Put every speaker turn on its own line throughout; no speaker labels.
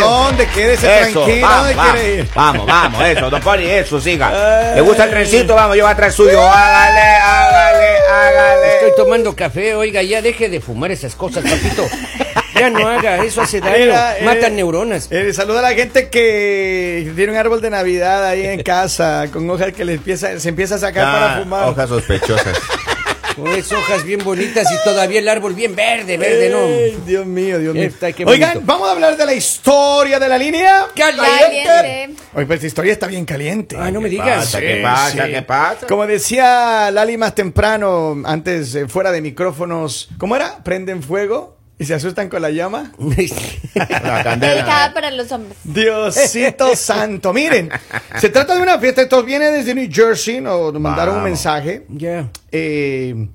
¿Dónde quieres ir?
Eso,
Tranquilo,
vamos,
¿dónde
vamos,
quiere ir?
vamos, vamos, eso, don Pony, eso, siga. ¿Le gusta el trencito? Vamos, yo voy a traer
¡Uh!
suyo. Hágale, hágale, hágale.
Estoy tomando café, oiga, ya deje de fumar esas cosas, papito. Ya no haga, eso hace daño,
Mira, eh,
matan neuronas.
Eh, saluda a la gente que tiene un árbol de Navidad ahí en casa, con hojas que le empieza, se empieza a sacar para
Ah,
fumar.
Hojas sospechosas.
Con esas hojas bien bonitas y todavía el árbol bien verde, verde,
Ey,
¿no?
Dios mío, Dios mío.
Está, qué
Oigan,
bonito.
vamos a hablar de la historia de la línea.
¡Caliente!
Caliente.
Oye, pues la historia está bien caliente.
Ah, no me digas.
Pasa, ¿Qué pasa?
sí.
¿Qué pasa?
Como decía Lali más temprano, antes eh, fuera de micrófonos, ¿cómo era? Prenden fuego y se asustan con la llama.
La
Dedicada
candela.
para los hombres.
Diosito santo, miren, se trata de una fiesta, esto viene desde New Jersey, nos mandaron un
Vamos.
mensaje.
ya.
Eh,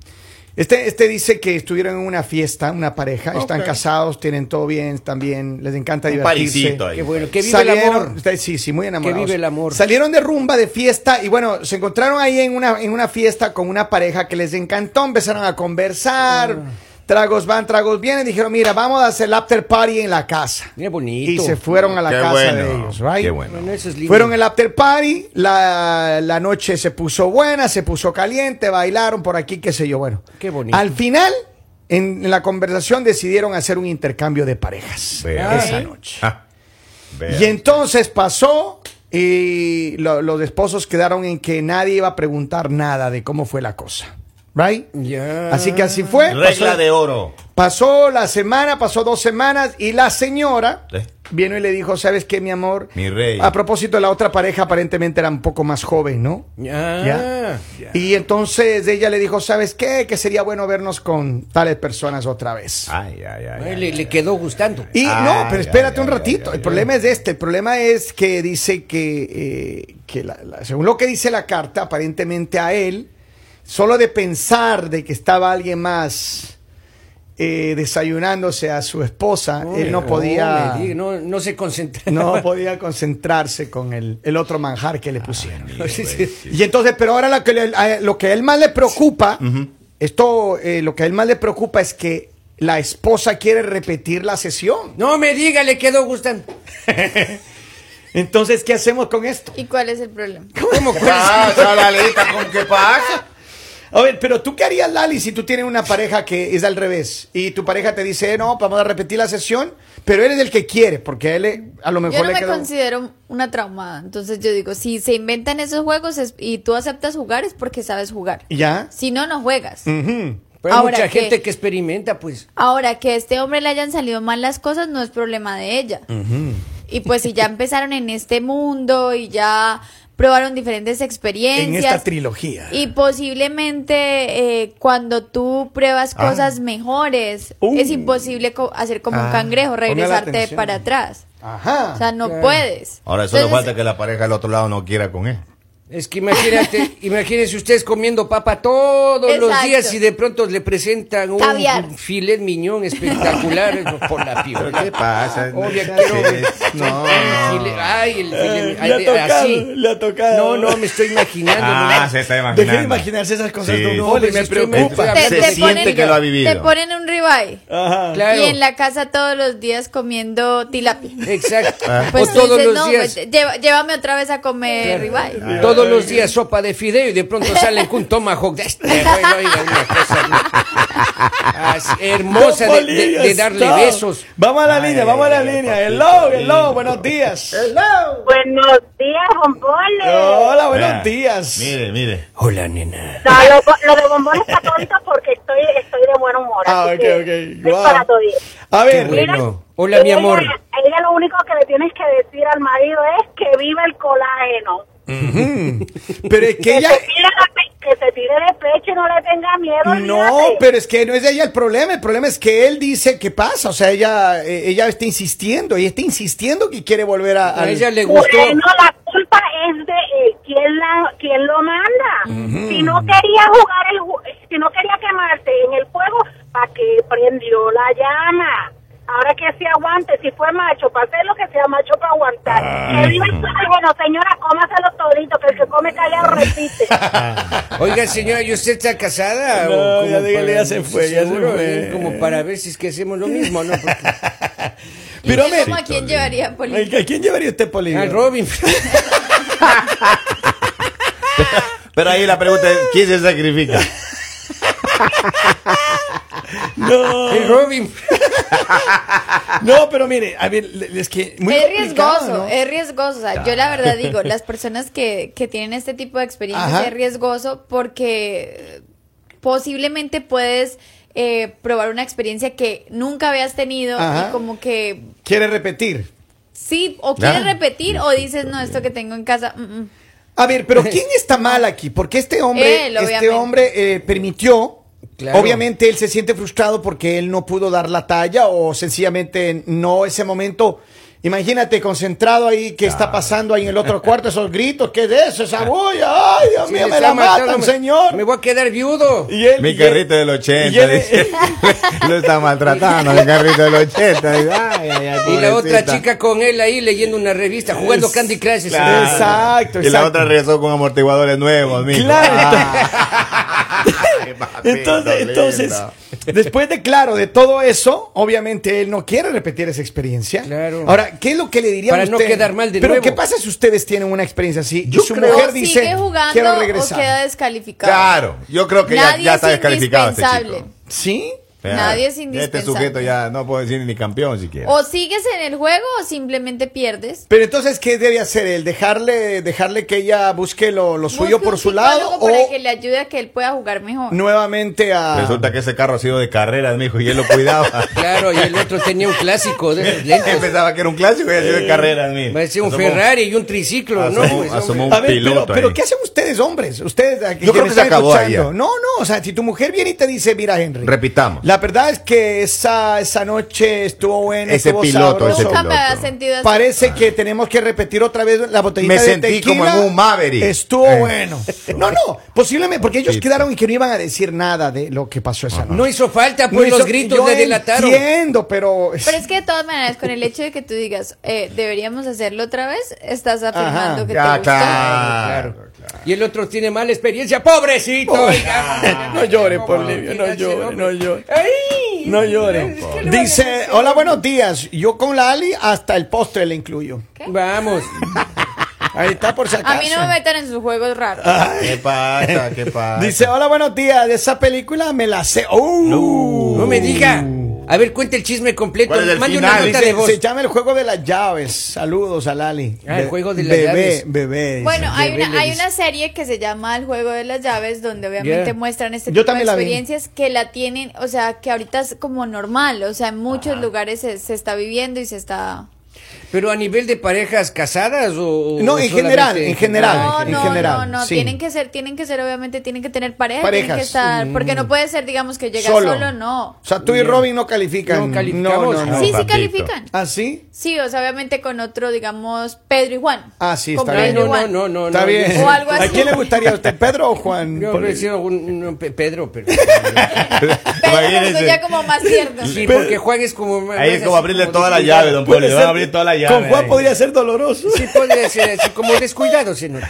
este, este dice que estuvieron en una fiesta, una pareja, están casados, tienen todo bien, están bien, les encanta
Un
divertirse.
parisito ahí.
Qué bueno, que vive
Salieron-
el amor.
Ustedes Sí, sí, muy enamorados.
vive el amor.
Salieron de rumba, de fiesta, y bueno, se encontraron ahí en una, en una fiesta con una pareja que les encantó. Empezaron a conversar,
Ah.
tragos van, tragos vienen. Dijeron, mira, vamos a hacer el after party en la casa.
Mira,
Y
bonito.
se fueron a la
Qué
casa
bueno,
de ellos, right?
qué bueno.
Bueno, eso es lindo.
Fueron el after party, la, la noche se puso buena, se puso caliente, bailaron por aquí, qué sé yo, bueno.
Qué bonito.
Al final, en la conversación decidieron hacer un intercambio de parejas
Vea.
esa
Ay.
noche.
Ah, vea.
Y entonces pasó y lo- los esposos quedaron en que nadie iba a preguntar nada de cómo fue la cosa. ¿Right?
Ya.
Así que así fue.
Regla
Pasó,
de oro.
pasó la semana, pasó dos semanas y la señora
¿Eh?
vino y le dijo, ¿sabes qué, mi amor?
Mi rey.
A propósito, la otra pareja aparentemente era un poco más joven, ¿no?
Ya.
Ya. Y entonces ella le dijo, ¿sabes qué? Que sería bueno vernos con tales personas otra vez.
Ay, ay, ay.
Ay,
ay,
le,
ay,
le
ay.
quedó gustando.
Y
Ay,
no, pero
ay,
espérate
ay,
un
ay,
ratito.
ay,
el
ay.
problema es este. El problema es que dice que, eh, que la- la- según lo que dice la carta, aparentemente a él, solo de pensar de que estaba alguien más eh, desayunándose a su esposa,
No,
él no
no,
podía,
Oh, me diga, No, no se concentra.
no podía concentrarse con el, el otro manjar que le pusieron.
Amigo,
Sí, sí.
bestia.
Y entonces, pero ahora lo que, le- a- lo que a él más le preocupa, esto, eh, lo que a él más le preocupa es que la esposa quiere repetir la sesión.
No me diga, le quedó gustando.
Entonces, ¿qué hacemos con esto?
¿Y cuál es el problema?
¿Cómo
¿Qué pasa, Lalita? ¿Con qué pasa?
A ver, pero tú qué harías, Lali, si tú tienes una pareja que es al revés y tu pareja te dice, "Eh, no, vamos a repetir la sesión, pero eres el que quiere, porque a él eh, a lo mejor
Yo no
le
me
quedó-
considero una traumada. Entonces yo digo, si se inventan esos juegos es- y tú aceptas jugar es porque sabes jugar.
¿Ya? Mm.
Si no, no juegas.
Ujú.
Pero hay
Ahora,
mucha
¿qué?
gente que experimenta, pues.
Ahora, que a este hombre le hayan salido mal las cosas no es problema de ella. Y pues si ya empezaron en este mundo y ya probaron diferentes
En
experiencias.
esta trilogía.
Y posiblemente eh, cuando tú pruebas
Ah.
cosas mejores,
Uh.
es imposible co- hacer como
Ah,
un cangrejo,
ponga la
regresarte
atención.
para atrás.
Ajá.
O sea, no
Claro.
puedes.
Ahora solo
Entonces,
falta que la pareja del otro lado no quiera con él.
Es que imagínate, imagínense ustedes comiendo papa todos los
Exacto.
días y de pronto le presentan un
Caviar.
filet miñón espectacular pues, por la
¿Pero qué
piola.
pasa?
Oye,
¿Qué
quiero-
haces? No,
Ay,
no.
filet- ay, el filet-
Eh, Le ha
ay,
tocado,
así.
le ha tocado.
No, no, me estoy imaginando.
Ah,
¿no?
se está imaginando.
Deje de imaginarse esas cosas
Sí.
de un
No,
hombre,
pues,
me
estoy muy-
preocupa.
Se siente que lo ha vivido.
Te ponen un ribeye.
Ajá.
Claro.
Y en la casa todos los días comiendo tilapia.
Exacto.
Ah.
Pues
o
tú
todos
dices,
los
no,
días.
pues, lleva- llévame otra vez a comer ribeye.
Ah.
Ah,
Todos los días sopa de fideo y de pronto salen con un tomahawk de este güey, oiga, una cosa, ¿no? Así, hermosa de, de- de
Bolivia,
darle
stop.
besos.
Vamos a la línea, vamos a la línea. Hello, hello, buenos días. Hello.
Buenos días, bombones.
Hola,
Vea,
buenos días.
Mire, mire.
Hola, nena.
No, lo, lo de bombones está tonto porque estoy, estoy de buen humor.
Ah,
así
ok,
que
ok.
es
Wow.
para todo bien.
A ver,
Qué Bueno, hola, mi
ella-
amor.
Ella lo único que le tienes que decir al marido es que viva el colágeno.
pero es que ella...
Que, tire la pe- que se tire de pecho y no le tenga miedo.
No,
olvídate.
pero es que no es de ella el problema. El problema es que él dice que pasa. O sea, ella, eh, ella está insistiendo. Ella está insistiendo que quiere volver a.
A
al-
ella le gustó.
Bueno, la culpa es de él, quien la, quien lo manda. Si no quería jugar el, ju- eh, si no quería quemarse en el fuego, ¿para qué prendió la llama? Ahora que se aguante, si fue macho, para hacer lo que sea macho para aguantar.
Ah.
Que viva el bueno, señora, cómaselo todito, que el que come callado repite.
Oiga, señora, ¿y usted está casada?
No,
como
ya dígale, ya se fue, ya se
Seguro,
fue.
eh, Como para ver si es que hacemos lo mismo, ¿no? Porque
Pero
¿Y usted
me-
cómo a quién llevaría político?
¿A quién llevaría usted polígono?
Al Robin.
Pero ahí la pregunta es, ¿quién se sacrifica?
El Robin.
No, pero mire, a ver, le- es que muy
es
complicado,
riesgoso,
¿no?
es riesgoso. O sea, yo la verdad digo, las personas que, que tienen este tipo de experiencias
Ajá.
es riesgoso porque posiblemente puedes eh, probar una experiencia que nunca habías tenido
Ajá.
y como que
Quiere repetir.
sí, o quieres
Claro.
repetir o dices, no, esto que tengo en casa. mm, mm".
A ver, pero ¿quién está mal aquí? Porque este hombre,
Él,
este
obviamente.
hombre eh, permitió.
Claro.
Obviamente él se siente frustrado porque él no pudo dar la talla o sencillamente no ese momento. Imagínate concentrado ahí, ¿qué está pasando ahí en el otro cuarto? Esos gritos, ¿qué es eso? Esa bulla, ay Dios
Si
mío,
les
me
ha
la
matado,
matan,
me-
señor.
Me voy a quedar viudo.
Y él- y
Mi
él-
carrito del 80,
y él-
dice. Lo está maltratando, mi carrito del 80. dice, ay, ay, ay,
Y la otra
pobrecita.
chica con él ahí leyendo una revista, jugando Candy Crush.
Claro.
Exacto,
Y la
exacto.
otra regresó con amortiguadores nuevos, mijo.
Claro.
Ay, papito
Entonces,
lindo.
entonces, después de claro, de todo eso, obviamente él no quiere repetir esa experiencia.
Claro.
Ahora, ¿qué es lo que le diría
Para
usted?
no quedar mal de
Pero
nuevo.
¿qué pasa si ustedes tienen una experiencia así?
Yo
y su
creo-
mujer
o
dice,
sigue
quiero
jugando o
regresar.
queda descalificado.
Claro, yo creo que ya,
Nadie
ya está
es
descalificado este
indispensable.
chico.
¿Sí?
Ya,
Nadie es
Este
indispensable.
sujeto ya no puedo decir ni campeón siquiera.
O sigues en el juego o simplemente pierdes.
Pero entonces, ¿qué debe hacer él? ¿Dejarle, dejarle que ella busque lo, lo suyo
Busca un
por su lado
psicólogo
o
para que le ayude a que él pueda jugar mejor.
nuevamente a...
Resulta que ese carro ha sido de carreras, mijo, y él lo cuidaba.
Claro, y el otro tenía un clásico de esos
Él
lentes.
pensaba que era un clásico y ha sido de carreras, mijo.
Parecía un
Asomó-
Ferrari y un triciclo, ¿no?
asomó-
Pues,
asomó
hombre.
A ver, pero,
piloto
pero
ahí.
¿qué hacen ustedes, hombres? Ustedes aquí
Yo creo
me
que se
están
acabó ahí
escuchando.
ya.
No, no, o sea, si tu mujer viene y te dice, mira, Henry.
Repitamos.
La verdad es que esa, esa noche estuvo buena,
Ese
estuvo
piloto,
sabroso.
ese
Nunca me
piloto.
había sentido así.
Parece que tenemos que repetir otra vez la botellita
Me
de
sentí como
tequila.
en un Maverick.
Estuvo
Eh.
bueno. No, no, posiblemente porque ellos
Sí.
quedaron y que no iban a decir nada de lo que pasó esa noche.
No hizo falta,
No
pues los
hizo-
gritos
yo
le delataron.
Entiendo, pero
Pero es que de todas maneras, con el hecho de que tú digas, eh, deberíamos hacerlo otra vez, estás afirmando
Ajá.
que te
Ya,
gustó.
claro.
Y el otro tiene mala experiencia, pobrecito. oiga.
No llores,
¿Cómo
pobre,
olvidarse,
no llores, no
hombre?
llores.
Ay,
No llores.
es que le van a
Dice,
decir.
hola, buenos días. Yo con la Ali hasta el postre le incluyo.
¿Qué?
Vamos.
Ahí está por si acaso.
A mí no me metan en sus juegos raros.
¿Qué pasa? ¿Qué pasa?
Dice, hola, buenos días. De esa película me la sé. ¡Uh!
No me diga. A ver, cuenta el chisme completo.
¿Cuál es el
Mande una
final?
nota
Dice-
de voz.
Se llama el juego de las llaves. Saludos a Lali.
Ah, el
Be-
juego de las
bebé,
llaves.
Bebé, dice.
Bueno,
Dice,
hay
Gabriel
una,
le
hay
dice.
una serie que se llama El juego de las llaves, donde obviamente
Yeah.
muestran este
Yo
tipo de
también la vi.
experiencias que la tienen, o sea, que ahorita es como normal, o sea, en muchos lugares se, se está viviendo y se está...
Pero a nivel de parejas casadas o. o
No, en general,
solamente-
en general.
No,
Ah, en
no,
general,
no, no,
sí.
tienen que ser, tienen que ser, obviamente, tienen que tener pareja, tienen que
Parejas. Mm.
estar, porque no puede ser, digamos, que llega solo,
solo.
no.
O sea, tú y Robin no califican.
No calificamos.
No, no, no.
sí, sí
papito.
califican.
¿Ah, sí?
Sí, o sea, obviamente con otro, digamos, Pedro y Juan.
Ah, sí, está
Con
bien.
Ay,
Pedro
no,
y
no,
Juan.
no, no.
Está
no,
bien.
yo-
O algo
¿A
así.
quién le gustaría a usted, Pedro o Juan?
Yo
Por-
hubiera sido un, un Pe- Pedro, pero.
Pedro me gustó
Imagínense.
ya como más tierno.
Sí, porque Juan es como. más-
Ahí
más
es como
así
abrirle
como
toda la
descuidado.
llave, don Poli. Le van a abrir toda la llave.
Con Juan
ahí.
podría ser doloroso.
Sí, podría ser así como descuidado, señor.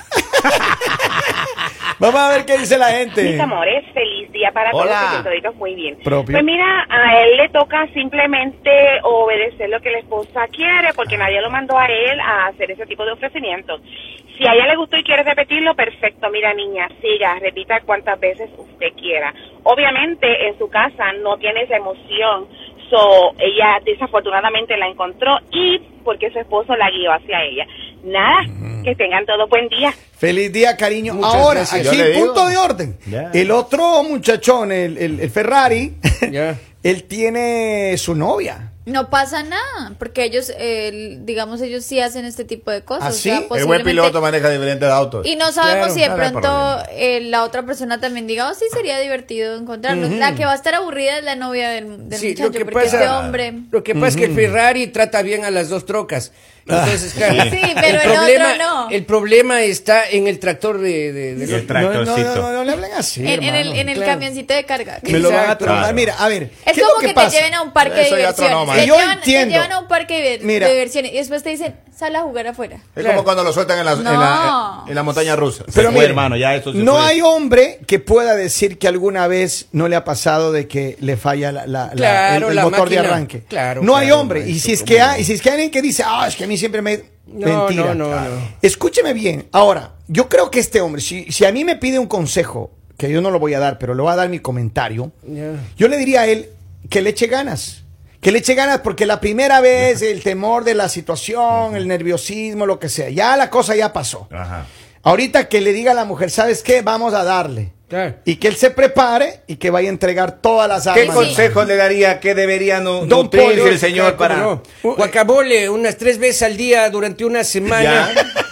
Vamos a ver qué dice la gente.
Mis amores, feliz día para
Hola.
todos, que todo diga muy bien.
Propio.
Pues mira, a él le toca simplemente obedecer lo que la esposa quiere, porque nadie lo mandó a él a hacer ese tipo de ofrecimientos. Si a ella le gustó y quiere repetirlo, perfecto. Mira, niña, siga, repita cuantas veces usted quiera. Obviamente, en su casa no tiene esa emoción, so ella desafortunadamente la encontró y porque su esposo la guió hacia ella. Nada, que tengan todo buen día.
Feliz día, cariño.
Muchas
Ahora,
gracias.
Yo
aquí,
le digo.
punto de orden.
Ya.
El otro muchachón, el, el- el Ferrari,
Ya.
él tiene su novia.
No pasa nada, porque ellos, eh, digamos, ellos sí hacen este tipo de cosas.
¿Ah,
o
sí?
sea,
El buen
El buen
posiblemente-
piloto maneja diferentes autos.
Y no
Claro,
sabemos si de
no, no hay
pronto
problema.
eh, la otra persona también diga, oh, sí, sería divertido encontrarnos. La que va a estar aburrida es la novia del, del
Sí,
muchacho,
lo que
porque
pasa-
este hombre...
Lo que pasa es que el Ferrari trata bien a las dos trocas. Entonces, claro.
Sí, pero el otro no.
El problema está en el tractor de. de- de-
El
No, no, no,
tractorcito.
no, no le hablen así.
en, en el,
hermano.
en el
claro.
camioncito de carga.
Me lo van a
Exacto.
tronar.
Claro.
Mira, a ver.
Es
¿qué es lo
como que, te
pasa?
lleven a un parque
Eso
de
ya tronó
diversiones.
man.
Te
yo
llevan, te
entiendo.
llevan a un parque de, diver-
Mira.
de diversiones y después te dicen, sal a jugar afuera.
Es como cuando lo sueltan en la, en la-
No.
en la montaña rusa.
Pero
Oye,
mire,
hermano, ya eso se
no
fue.
hay hombre que pueda decir que alguna vez no le ha pasado de que le falla la, la- la-
Claro,
el, el
la
motor de
máquina.
arranque.
Claro,
no hay
claro,
hombre. y
maestro,
si es
¿cómo
que
no?
hay, y si es que hay alguien que dice, ah, es que a mí siempre me
No,
mentira.
no, no,
Claro.
no.
Escúcheme bien. Ahora, yo creo que este hombre, si, si a mí me pide un consejo que yo no lo voy a dar, pero le voy a dar mi comentario,
Ya.
yo le diría a él que le eche ganas. Que le eche ganas porque la primera vez el temor de la situación, el nerviosismo, lo que sea, ya la cosa ya pasó.
Ajá.
Ahorita que le diga a la mujer, ¿sabes qué? Vamos a darle.
Claro.
Y que él se prepare y que vaya a entregar todas las
¿Qué
armas.
consejo le daría que debería no,
Don
nutrirse
Pollo,
el señor
Claro,
para...?
cómo no. Guacabole unas tres veces al día durante una semana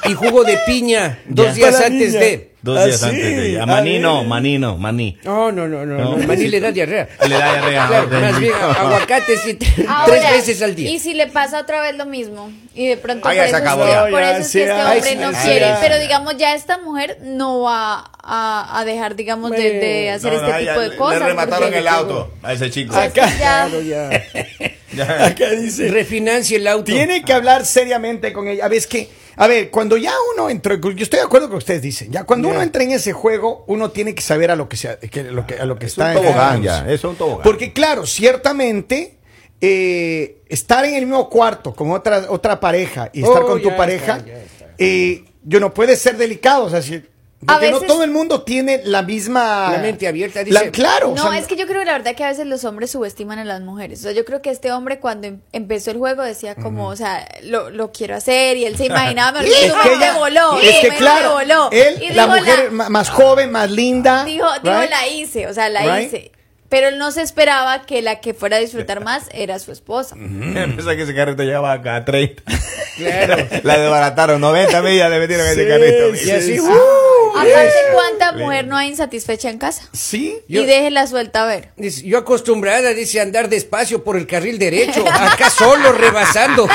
y jugo de piña dos
Ya.
días antes de.
Dos
Ah,
días antes de ella. Maní
eh.
no, maní no, maní.
No, no, no, no.
No.
no. Maní le da diarrea.
Le da diarrea.
Claro,
Ok.
más bien aguacates y
Ahora,
tres veces al día.
Y si le pasa otra vez lo mismo y de pronto
Ah,
por
ya se
eso, es
acabó,
que-
ya.
por eso es que este
Ay,
hombre
sí,
no
sí,
quiere,
ya.
pero digamos ya esta mujer no va a, a dejar digamos de, de hacer
No, no,
este
ya
tipo de
le-
cosas.
Le remataron
porque-
el auto a ese chico.
Ya está, ya.
Claro, ya.
Ya.
Acá dice,
Refinancie el auto.
tiene que hablar seriamente con ella. A ver, es que, a ver, cuando ya uno entra, yo estoy de acuerdo con lo que ustedes dicen, ya cuando uno entra en ese juego, uno tiene que saber a lo que, se- que- lo que- a lo que
Es
está
un tobogán
enfrentándose.
ya, es un tobogán.
Porque claro, ciertamente eh, estar en el mismo cuarto con otra, otra pareja y estar
Oh,
con
ya
tu
está,
pareja,
ya está.
eh, yo no puede ser delicado, o sea, si- porque no
veces-
todo el mundo tiene la misma...
La mente abierta,
La-
dice.
claro. o
No,
sea,
es que yo creo que la verdad que a veces los hombres subestiman a las mujeres. O sea, yo creo que este hombre cuando em- empezó el juego decía como, o sea, lo, lo quiero hacer y él se imaginaba, pero
Es
su
que,
mente
ella-
voló,
es
su
que
mente
claro,
voló.
él,
Y
la
dijo,
mujer ma- más joven, más linda.
Dijo, dijo,
right?
la hice, o sea, la
Right.
hice. Pero él no se esperaba que la que fuera a disfrutar más era su esposa.
Mm-hmm.
Piensa que ese carrito llegaba acá a 30.
Claro.
La desbarataron, 90 millas le metieron a ese
Sí,
carrito.
sí,
Y así,
sí. eh,
¡uh!
Aparte, ¿cuánta mujer no hay insatisfecha en casa?
Sí.
Yo-
Y déjela suelta a ver.
Dice, yo acostumbrada, dice, a andar despacio por el carril derecho, acá solo rebasando.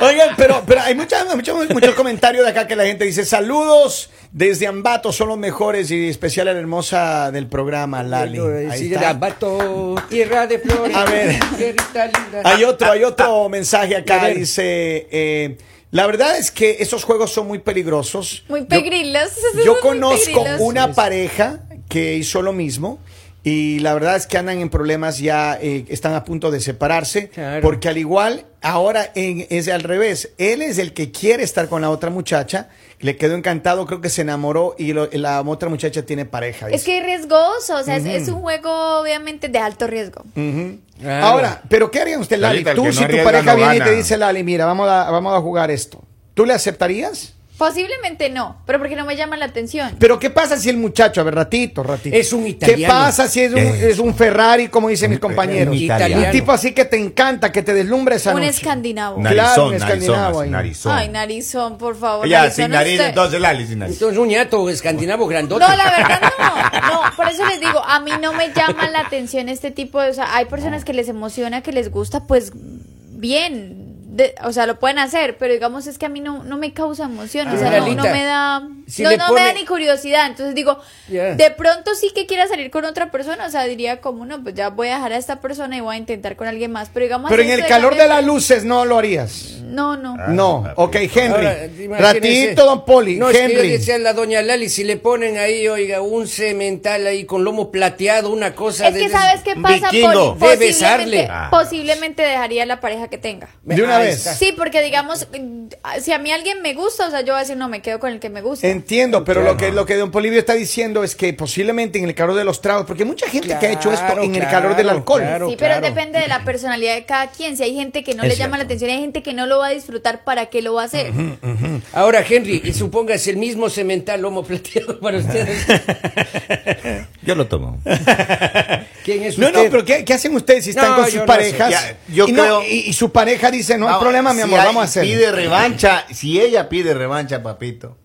Oigan, pero, pero hay mucha- mucho, mucho comentario de acá que la gente dice, saludos desde Ambato, son los mejores y especial a la hermosa del programa, Lali. Ahí
Sigue
está.
la Bato, tierra de flores.
A ver.
tierrita linda.
Hay otro, hay
Ah,
otro mensaje
A
acá,
ver.
dice, eh, la verdad es que esos juegos son muy peligrosos.
Muy
Yo-
pegrilos.
Yo
muy
conozco
pegrilos.
una pareja que hizo lo mismo y la verdad es que andan en problemas ya, eh, están a punto de separarse,
Claro.
porque al igual ahora en- es al revés, él es el que quiere estar con la otra muchacha, le quedó encantado, creo que se enamoró y lo- la otra muchacha tiene pareja.
Es
dice.
que es riesgoso, o sea, es- es,
Mm-hmm.
un juego obviamente de alto riesgo.
Mm.
Claro.
Ahora, pero ¿qué harían usted, Lali?
Lalita, el
Tú
que no
si tu
arriesga
pareja
no
viene y te
gana.
dice, Lali, mira, vamos a, vamos a jugar esto, ¿tú le aceptarías?
Posiblemente no, pero porque no me llama la atención.
Pero ¿qué pasa si el muchacho, a ver, ratito, ratito.
Es un italiano.
¿Qué pasa si es un, es un Ferrari, como dicen mis compañeros?
un
italiano.
Un tipo así que te encanta, que te deslumbra esa
un
noche.
escandinavo.
Claro,
Narizón,
un
narizón,
escandinavo
así,
ahí.
narizón.
Ay, narizón, por favor.
Ya,
narizón
sin nariz,
usted.
entonces Lali sin nariz.
Entonces, un ñato escandinavo
No,
grandote.
la verdad no. No, por eso les digo, a mí no me llama la atención este tipo de. O sea, hay personas que les emociona, que les gusta, pues bien. De- o sea, lo pueden hacer, pero digamos es que a mí no, no me causa emoción. o
Ah.
sea, no, no
Lalita,
me da.
si
no
le
no
pone-
me da ni curiosidad. Entonces digo,
Ya.
de pronto sí que quiera salir con otra persona. O sea, diría como, no, pues ya voy a dejar a esta persona y voy a intentar con alguien más. Pero digamos.
Pero en
así,
el
esto
calor de Ah.
llamarme-
las luces no lo harías.
No, no.
no,
papito.
ok, Henry.
Ahora, imagínese-
ratito, don Poli,
No, es que yo
Henry.
decía a la doña Lali, si le ponen ahí, oiga, un cemental ahí con lomo plateado, una cosa
Es
de...
que sabes qué
un
pasa,
vikingo.
Poli?
De besarle.
Posiblemente,
Ah.
posiblemente dejaría la pareja que tenga.
De una
Ahí
vez.
ah, está.
Sí, porque digamos, mm, si a mí alguien me gusta, o sea, yo voy a decir, no, me quedo con el que me gusta.
Entiendo, pero lo que lo que don Polivio está diciendo es que posiblemente en el calor de los tragos, porque hay mucha gente que ha hecho esto
Claro,
en el calor del
claro,
alcohol.
claro.
sí, pero depende de la personalidad de cada quien. Si hay gente que no le llama la atención, hay gente que no lo va a disfrutar, ¿para qué lo va a hacer?
Ahora, Henry, y supongas el mismo cemental lomo plateado para ustedes.
Yo lo tomo.
¿Quién es
No,
usted?
no, pero ¿qué, qué hacen ustedes si están
No,
con sus
yo no sé.
parejas?
Ya, yo
y, no-
creo-
y- y su pareja dice, no hay problema, mi amor, vamos a hacer.
Pide revancha, si ella pide revancha, papito.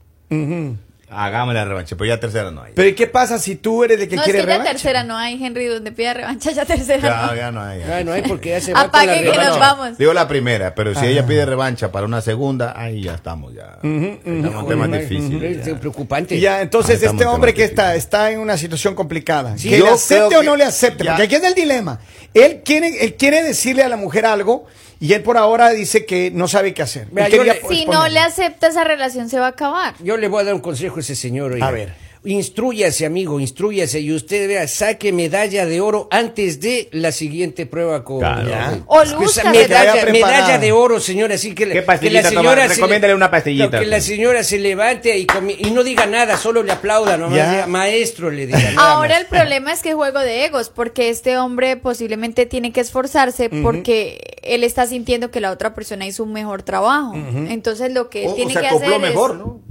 Hagamos la revancha, pero ya tercera no hay.
Pero ¿y qué pasa si tú eres de que
no, es
quiere
que ya
revancha?
tercera no hay, Henry, donde pida revancha, ya tercera
Ya,
no.
ya no hay. ya.
Ah, no hay porque ya se va
Apague
con la
que
revancha.
nos vamos.
Digo la primera, pero si
Ah.
ella pide revancha para una segunda, ahí ya estamos ya. Estamos en temas difíciles.
Es
ya.
preocupante.
Y ya,
Ah,
entonces
estamos
este
en
hombre que
temas
está,
difíciles.
está en una situación complicada.
Sí,
que
yo
le acepte
creo
o no
que-
le acepte,
ya.
porque aquí es el dilema. Él quiere, él quiere decirle a la mujer algo y él por ahora dice que no sabe qué hacer.
Mira,
Él
yo
quería
le-
po-
Si no
exponerlo.
le acepta, esa relación se va a acabar.
Yo le voy a dar un consejo a ese señor. oiga.
A ver.
Instrúyase, amigo, instrúyase. Y usted vea, saque medalla de oro antes de la siguiente prueba con.
Claro.
Ya.
O
Es que esa
lúzcase.
Que
medalla,
vaya
medalla
preparada.
de oro, señora. Así que, la-
¿Qué
que
pastillita
la
toma?
señora. se-
Recomiéndale una pastillita.
No, que
pues.
la señora se levante y, comi- y no diga nada, solo le aplauda nomás.
Ya.
diga, Maestro, le diga. nada
Ahora
más.
el problema es que juego de egos, porque este hombre posiblemente tiene que esforzarse porque él está sintiendo que la otra persona hizo un mejor trabajo. Entonces lo que él
O- o
tiene
se
que
acopló
hacer es-
mejor, ¿no?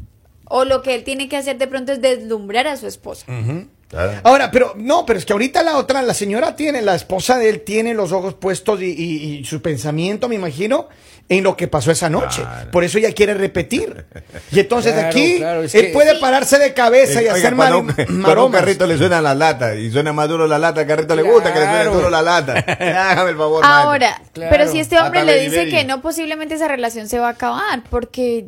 o lo que él tiene que hacer de pronto es deslumbrar a su esposa.
Ya.
Ahora, pero no, pero es que ahorita la otra, la señora tiene, la esposa de él tiene los ojos puestos y, y- y su pensamiento, me imagino, en lo que pasó esa noche.
Claro.
Por eso ella quiere repetir. Y entonces
Claro,
aquí
claro, es
él
que-
puede pararse de cabeza y
Eh, Oiga,
hacer
cuando,
mal,
un, cuando un
maromas.
carrito le suena la lata y suena más duro la lata, el carrito le gusta que le suene
Claro.
duro la lata. Hágame el favor.
Ahora,
maestro.
Claro.
pero si este hombre
Hasta
le
Lady
dice
Mary.
que no, posiblemente esa relación se va a acabar, porque,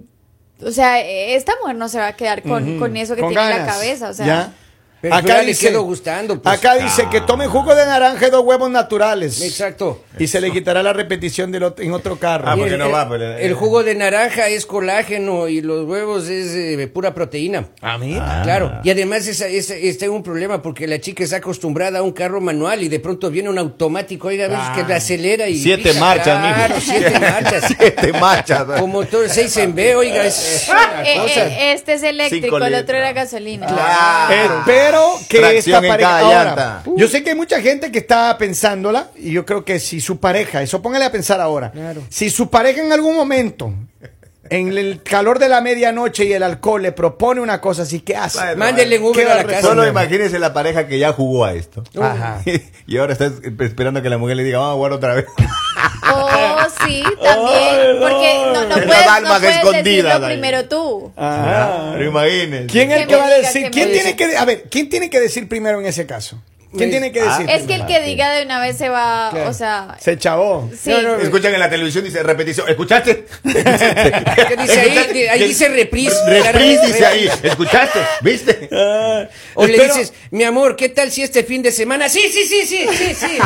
o sea, esta mujer no se va a quedar con, con eso que
Con
tiene en la
ganas.
cabeza, o sea.
Ya.
Pero ya le quedó gustando, pues.
acá dice que tome jugo de naranja y dos huevos naturales.
Exacto.
Y se le quitará la repetición del otro- en otro carro.
Ah,
Y
porque
el,
no va,
el-
pues, eh.
el jugo de naranja es colágeno y los huevos es eh, pura proteína.
Ah, mira.
Ah.
Claro, y además esa, esa- este es un problema porque la chica está acostumbrada a un carro manual y de pronto viene un automático, oiga, a veces que la acelera y...
Ah. Siete
pisa,
marchas,
claro,
mijo.
siete marchas.
Siete marchas.
Con motor 6 en B, oiga, es una
Eh, eh,
cosa.
este es eléctrico,
Cinco
el otro
letras.
era gasolina.
Claro.
Espero que
Tracción
esta
en
pareja.
cada
Ahora,
llanta.
yo sé que hay mucha gente que está pensándola, y yo creo que si su pareja, eso póngale a pensar ahora,
Claro.
si su pareja en algún momento, en el calor de la medianoche y el alcohol, le propone una cosa así, ¿qué hace?
eh.
Bueno,
Mándele en Uber
¿Qué
a
va a
la casa.
Solo
Claro.
imagínese la pareja que ya jugó a esto.
Ajá.
y ahora está esperando que la mujer le diga, vamos a jugar otra vez.
Oh, sí, también. porque no, no
Las
puedes, no
almas
puedes
escondidas
decirlo
ahí.
primero tú.
Ah.
Ah.
Ajá.
Pero imagínese.
¿Quién es el que
Que me
va a
diga,
decir?
que
¿Quién
me
tiene
diga.
que, a ver, ¿quién tiene que decir primero en ese caso? ¿Quién
Me-
tiene que
Ah,
decir?
Es que el que diga de una vez se va,
Claro.
o sea,
Se chavó.
sí.
No, no,
Escuchan en la televisión, dice repetición. ¿Escuchaste?
¿Qué dice ahí? Di- ahí dice reprise.
Reprise, dice ahí. ¿Escuchaste? ¿Viste?
O le
Espero-
dices, mi amor, ¿qué tal si este fin de semana? Sí, sí, sí, sí, sí, sí.